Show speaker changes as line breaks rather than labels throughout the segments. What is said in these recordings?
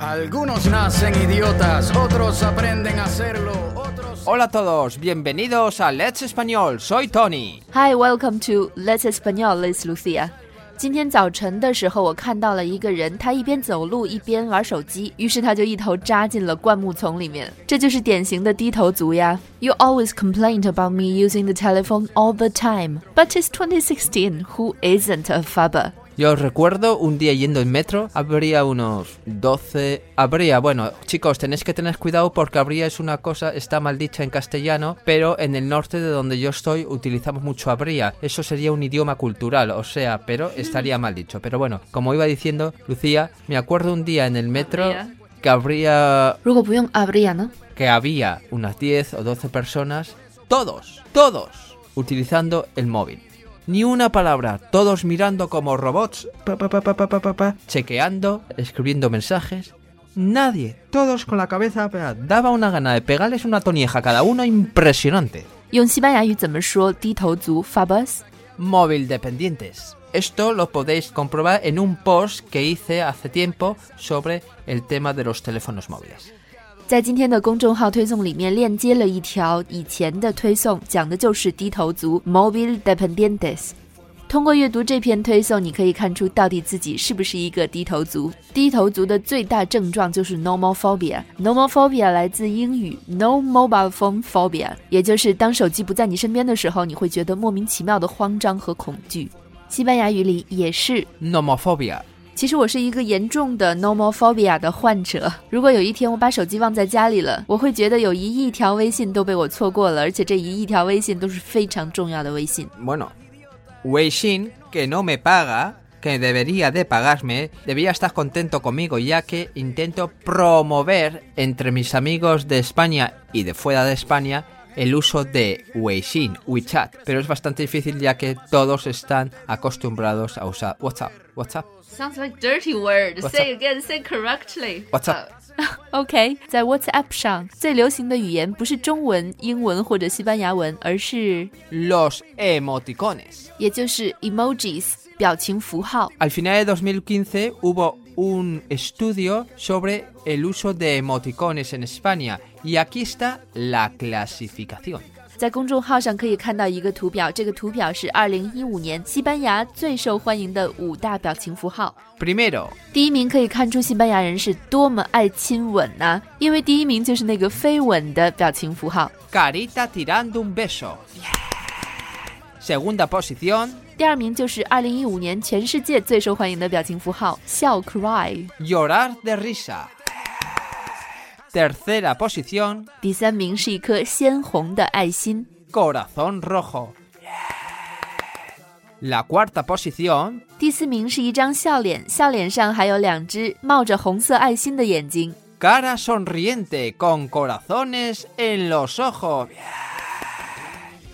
Algunos nacen idiotas, otros aprenden a hacerlo, otros...
Hola a todos, bienvenidos a Let's Español, soy Tony.
Hi, welcome to Let's Español. It's Lucia. 今天早晨的时候，我看到了一个人，他一边走路一边玩手机，于是他就一头扎进了灌木丛里面。这就是典型的低头族呀。You always complained about me using the telephone all the time, but it's 2016. Who isn't a fubber?
Yo recuerdo un día yendo en metro, habría unos 12... Habría, bueno, chicos, tenéis que tener cuidado porque habría es una cosa, está mal dicha en castellano, pero en el norte de donde yo estoy utilizamos mucho habría. Eso sería un idioma cultural, o sea, pero estaría mal dicho. Pero bueno, como iba diciendo, Lucía, me acuerdo un día en el metro
Habría.
que habría...
如果不用 habría 呢？
que había unas 10 o 12 personas, todos, todos, utilizando el móvil. Ni una palabra, todos mirando como robots, pa, pa, pa, pa, pa, pa, pa, pa, chequeando, escribiendo mensajes. Nadie, todos con la cabeza, pegada. daba una gana de pegarles una tonieja a cada uno impresionante.
用西班牙语怎么说低头族 fubbers？
Móvil dependientes. Esto lo podéis comprobar en un post que hice hace tiempo sobre el tema de los teléfonos móviles.
在今天的公众号推送里面链接了一条以前的推送，讲的就是低头族 （mobile dependientes）。通过阅读这篇推送，你可以看出到底自己是不是一个低头族。低头族的最大症状就是 nomophobia。nomophobia 来自英语 no mobile phone phobia，也就是当手机不在你身边的时候，你会觉得莫名其妙的慌张和恐惧。西班牙语里也是
Nomofobia,
其实我是一个严重的 nomophobia 的患者。如果有一天我把手机忘在家里了，我会觉得有一亿条微信都被我错过了，而且这一亿条微信都是非常重要的微信。
Bueno, Weixin, que no me paga, que debería de pagarme, debía estar contento conmigo ya que intento promover entre mis amigos de España y de fuera de España el uso de Weixin, WeChat, pero es bastante difícil ya que todos están acostumbrados a usar WhatsApp, WhatsApp,
Sounds like dirty word.
What's Say
again. Say correctly. Uh,
WhatsApp.
OK，在 WhatsApp 上最流行的语言不是中文、英文或者西班牙文，而是
Los emoticones.
也就是 emojis 表情符号。
Al final de 2015 hubo un estudio sobre el uso de emoticones en España y aquí está la clasificación.
在公众号上可以看到一个图表，这个图表是2015年西班牙最受欢迎的五大表情符号。
Primero,
第一名可以看出西班牙人是多么爱亲吻呐、因为第一名就是那个飞吻的表情符号。
carita tirando un beso. Segunda posición,
第二名就是2015年全世界最受欢迎的表情符号笑 cry。
llorar de risa. Tercera posición,
第三名是一颗鲜红的爱心。
corazón rojo. La cuarta posición,
第四名是一张笑脸，笑脸上还有两只冒着红色爱心的眼睛。
cara sonriente con corazones en los ojos.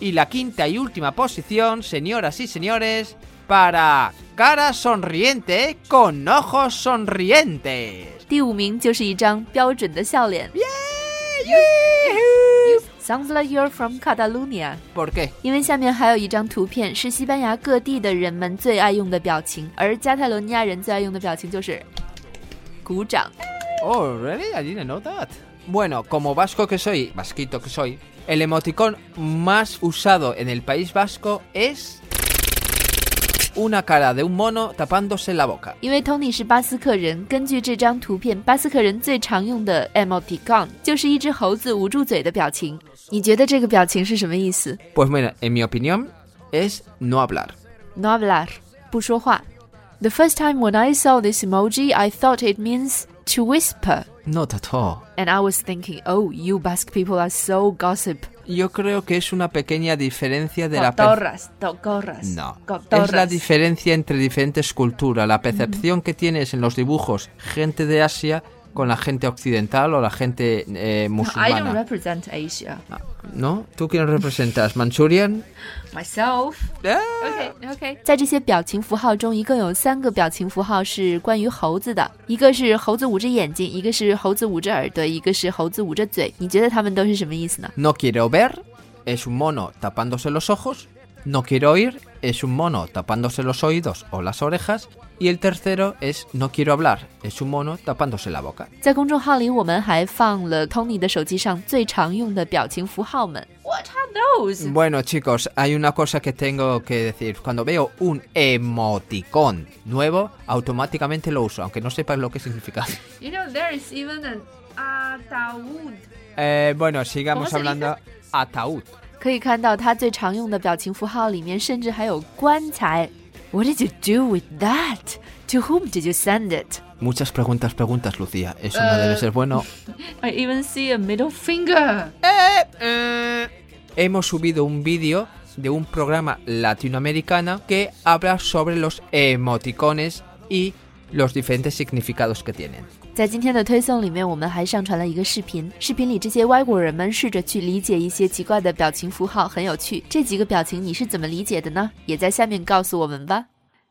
Y la quinta y última posición, señoras y señores, para cara sonriente con ojos sonrientes.
第五名就是一张标准的笑脸。Sounds like you're from Catalonia。
¿Por qué?
因为下面还有一张图片是西班牙各地的人们最爱用的表情，而加泰罗尼亚人最爱用的表情就是鼓掌。
Oh, really? I didn't know that. Bueno, como vasco que soy, vasquito que soy, el emoticón más usado en el País Vasco es una cara de un mono tapándose la boca.
因为 Tony 是巴斯克人，根据这张图片，巴斯克人最常用的 emoticon 就是一只猴子捂住嘴的表情。你觉得这个表情是什么意思
Pues mira, en mi opinión es no hablar.
n o v e l a r 不说话。The first time when I saw this emoji, I thought it means to whisper,
No tato.
and I was thinking, oh, you Basque people are so gossip.
Yo creo que es una pequeña diferencia de la per-
Cotorras, cotorras,
No.
cotorras.
Es la diferencia entre diferentes culturas, la percepción que tienes en los dibujos gente de Asia con la gente occidental o la gente eh,
I don't
musulmana.
represent Asia
Ah, ¿No? ¿Tú quién representas? ¿Manchurian?
myself.
Ah.
OK OK，在这些表情符号中，一共有三个表情符号是关于猴子的，一个是猴子捂着眼睛，一个是猴子捂着耳朵，一个是猴子捂着嘴。你觉得它们都是什么意思呢？
No quiero ver es un mono tapándose los ojos. No quiero oír es un mono tapándose los oídos o las orejas. Y el tercero es no quiero hablar, es un mono tapándose la boca.
在公众号里，我们还放了 Tony 的手机上最常用的表情符号们。What are those？
Bueno chicos, hay una cosa que tengo que decir. Cuando veo un emoticón nuevo, automáticamente lo uso, aunque no sepas lo que significa.
You know, there is even an Adawood.
Eh, bueno, sigamos
¿Cómo se
hablando. Ataúd.
可以看到，它最常用的表情符号里面，甚至还有棺材。What did you do with that? To whom did you send it?
Muchas preguntas, preguntas, Lucía. Eso no debe ser bueno.
I even see a middle finger.
Eh, Hemos subido un vídeo de un programa latinoamericano que habla sobre los emoticones y los diferentes significados que tienen.
在今天的推送里面，我们还上传了一个视频，视频里这些外国人们试着去理解一些奇怪的表情符号，很有趣。这几个表情你是怎么理解的呢？也在下面告诉我们吧。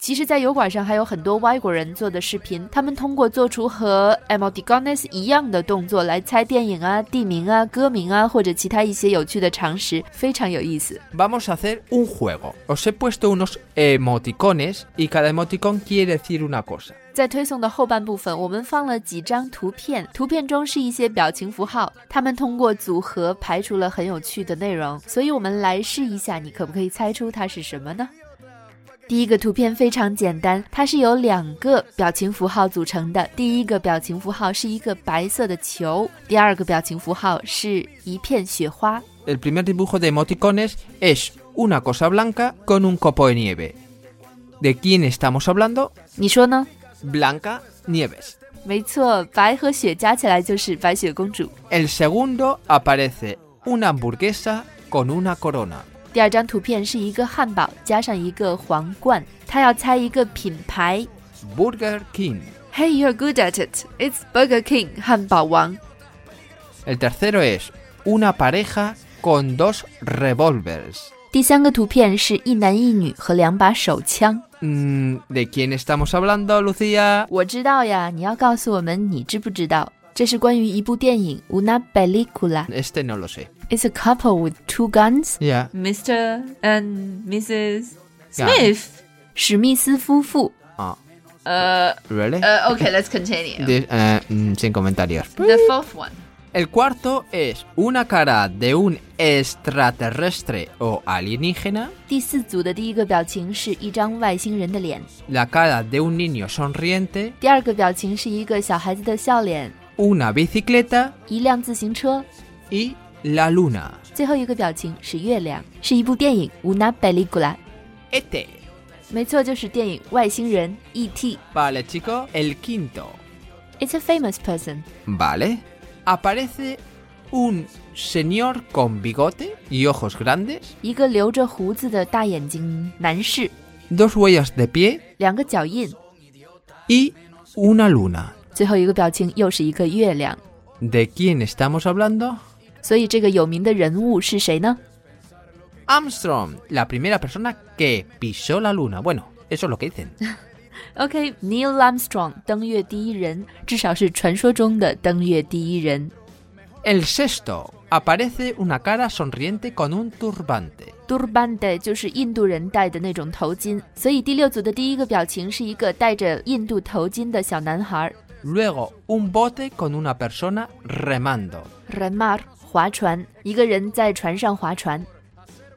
其实，在油管上还有很多外国人做的视频，他们通过做出和 emoticones 一样的动作来猜电影啊、地名啊、歌名啊，或者其他一些有趣的常识，非常有意思。
Vamos a hacer un juego. Os he puesto unos emoticones y cada emoticón quiere decir una cosa.
在推送的后半部分，我们放了几张图片，图片中是一些表情符号，他们通过组合排除了很有趣的内容，所以我们来试一下，你可不可以猜出它是什么呢？第一个图片非常简单，它是由两个表情符号组成的。第一个表情符号是一个白色的球，第二个表情符号是一片雪花。
El primer dibujo de emoticones es una cosa blanca con un copo de nieve. ¿De quién estamos hablando?
你说呢？
Blanca Nieves.
没错，白和雪加起来就是白雪公主。
El segundo aparece una hamburguesa con una corona.
第二张图片是一个汉堡加上一个皇冠，他要猜一个品牌。
Burger King.
Hey, you're good at it. It's Burger King，汉堡王。
El tercero es una pareja con dos revólveres.
第三个图片是一男一女和两把手枪。
Mm, ¿De quién estamos hablando, Lucía?
我知道呀，你要告诉我们你知不知道？这是关于一部电影《Una película》。
Este no lo sé.
It's a couple with two guns.
Ya.
Mr. and Mrs.
Yeah.
Smith.
史密斯夫妇。
Ah,
Uh,
¿really?
uh, okay, let's continue.
De- eh, mm, sin comentarios.
The fourth one.
El cuarto es una cara de un extraterrestre o alienígena,
第四组的第一个表情是一张外星人的脸，
la cara de un niño sonriente,
第二个表情是一个小孩子的笑脸，
una bicicleta
一辆自行车，
y la luna.
最后一个表情是月亮，是一部电影《Una película》，
Este.
没错，就是电影《外星人》E.T.
Vale, chico. El quinto.
It's a famous person。
Vale. Aparece un señor con bigote y ojos grandes,
一个留着胡子的大眼睛男士，
dos huellas de pie
两个脚印，
y una luna.
最后一个表情又是一个月亮。
¿De quién estamos hablando?
所以这个有名的人物是谁呢？
Armstrong, la primera persona que pisó la luna. Bueno, eso es lo que dicen.
OK，Neil、Armstrong 登月第一人，至少是传说中的登月第一人。
El sexto, aparece una cara sonriente con un turbante.
Durbande 就是印度人戴的那种头巾，所以第六组的第一个表情是一个戴着印度头巾的小男孩
Luego, un bote con una persona remando.
r e m a r 划船，一个人在船上划船。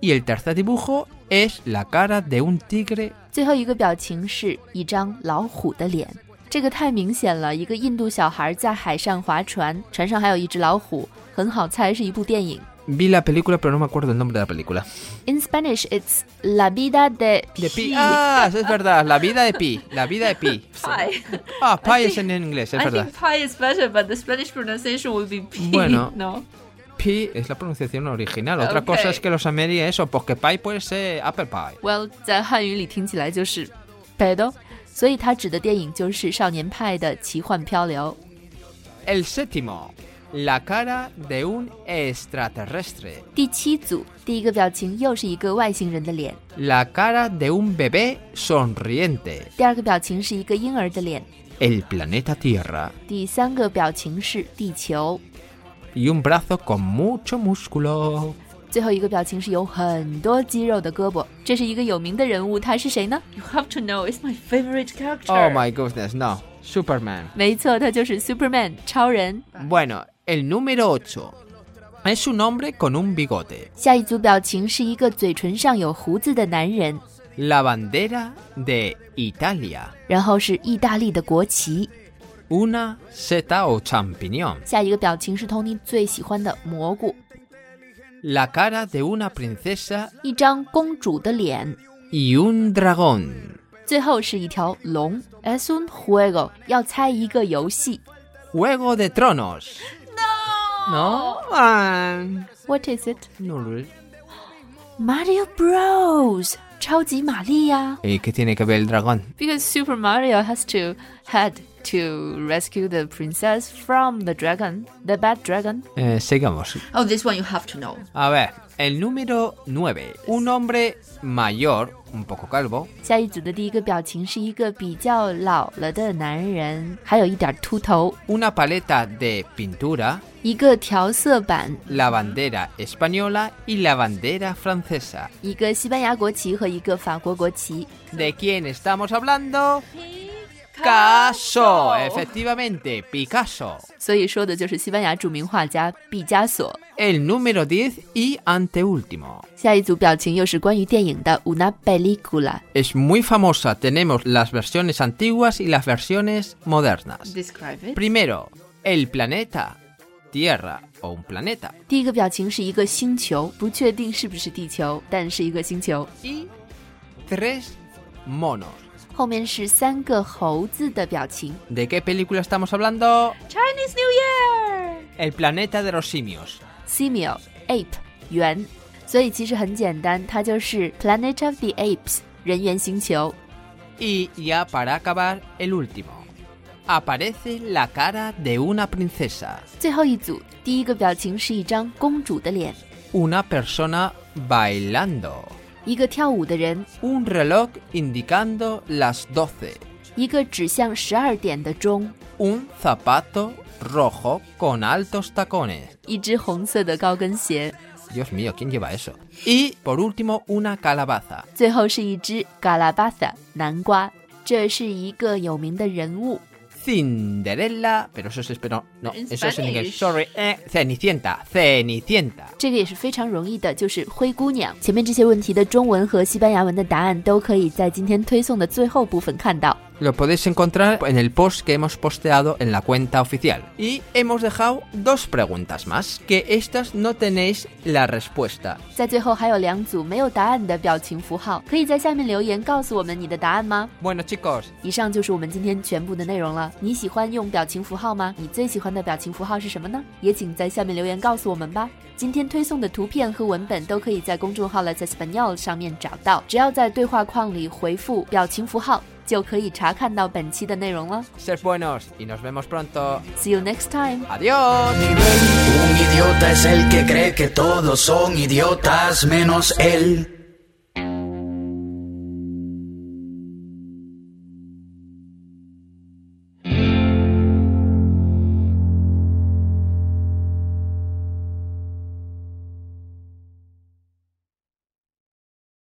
Y el tercer dibujo es la cara de un tigre
最后一个表情是一张老虎的脸，这个太明显了。一个印度小孩在海上划船，船上还有一只老虎，很好猜，是一部电影。
Vi la película, pero no me acuerdo el nombre de la película.
In Spanish, it's La vida de
De Pi. Ah, es verdad. La vida de Pi. La vida de Pi.
Pie.
Ah, Pi es en inglés, es
I
verdad.
think pie is better, but the Spanish pronunciation would be pea.
Bueno.
No.
Pi es la pronunciación original. Otra
Ok.
cosa es que los americanos eso, porque Pi puede ser Apple Pie.
Well，在汉语里听起来就是北斗，所以它指的电影就是《少年派的奇幻漂流》。
El séptimo. La cara de un extraterrestre.
第七组第一个表情又是一个外星人的脸，
La cara de un bebé sonriente.
第二个表情是一个婴儿的脸，
El planeta Tierra.
第三个表情是地球。
Y un brazo con mucho músculo.
最后一个表情是有很多肌肉的胳膊，这是一个有名的人物，他是谁呢？
You have to know, it's my favorite character.
Oh my goodness, no. Superman.
没错，他就是 Superman 超人。
Bueno, el número 8. Es un hombre con un bigote.
下一组表情是一个嘴唇上有胡子的男人，
La bandera de Italia.
然后是意大利的国旗。
Una seta o champiñón.
下一个表情是 Tony 最喜欢的蘑菇，
La cara de una princesa
一张公主的脸，
y un dragón.
最后是一条龙。Es un juego，要猜一个游戏。
Juego de Tronos. No. No, man.
What is it?
No lo es.
Mario Bros. 超级玛丽呀
¿Y qué tiene que ver el dragón?
！Because Super Mario has to head to rescue the princess from the dragon, the bad dragon.
Eh, sigamos.
Oh, this one you have to know.
A ver, el número 9. Un hombre mayor, un poco calvo,
下一组的第一个表情是一个比较老了的男人，还有一点秃头，
una paleta de pintura,
一个调色板，
la bandera española y la bandera francesa.
一个西班牙国旗和一个法国国旗。
¿De quién estamos hablando? Picasso, efectivamente, Picasso.
所以说的就是西班牙著名画家毕加索。
El número 10 y anteúltimo.
下一组表情又是关于电影的 una película，
Es muy famosa, tenemos las versiones antiguas y las versiones modernas.
Describe it.
Primero, el planeta, Tierra o un planeta.
第一个表情是一个星球，不确定是不是地球，但是一个星球。
y tres monos.
后面是三个猴子的表情。
¿De qué película estamos hablando?
Chinese New Year.
El planeta de los simios.
Simio ape 猿，所以其实很简单，它就是 Planet of the Apes 人猿星球。
Y ya para acabar, el último. Aparece la cara de una princesa.
最后一组，第一个表情是一张公主的脸，
Una persona bailando.
一个跳舞的人，
Un reloj indicando las 12.
一个指向十二点的钟，
Un zapato rojo con altos tacones.
一只红色的高跟鞋，
Dios mío, ¿quién lleva eso? Y por último, una calabaza.
最后是一只 Galabatha 南瓜。这是一个有名的人物，
Cinderella, pero eso es espero, no,
En
eso es en inglés.
Spanish.
Sorry, eh, Cenicienta, Cenicienta.
这个也是非常容易的，就是灰姑娘。前面这些问题的中文和西班牙文的答案都可以在今天推送的最后部分看到。
Lo podéis encontrar en el post que hemos posteado en la cuenta oficial. Y hemos dejado dos preguntas más, que estas no tenéis la respuesta.
在最后还有两组没有答案的表情符号，可以在下面留言告诉我们你的答案吗？
Bueno chicos,
以上就是我们今天全部的内容了。你喜欢用表情符号吗？你最喜欢的表情符号是什么呢？也请在下面留言告诉我们吧。今天推送的图片和文本都可以在公众号 Let's Espanol 上面找到，只要在对话框里回复表情符号，就可以查看到本期的内容了。
sed buenos y nos vemos pronto.
See you next time.
Adiós.
Un idiota es el que cree que todos son idiotas menos él.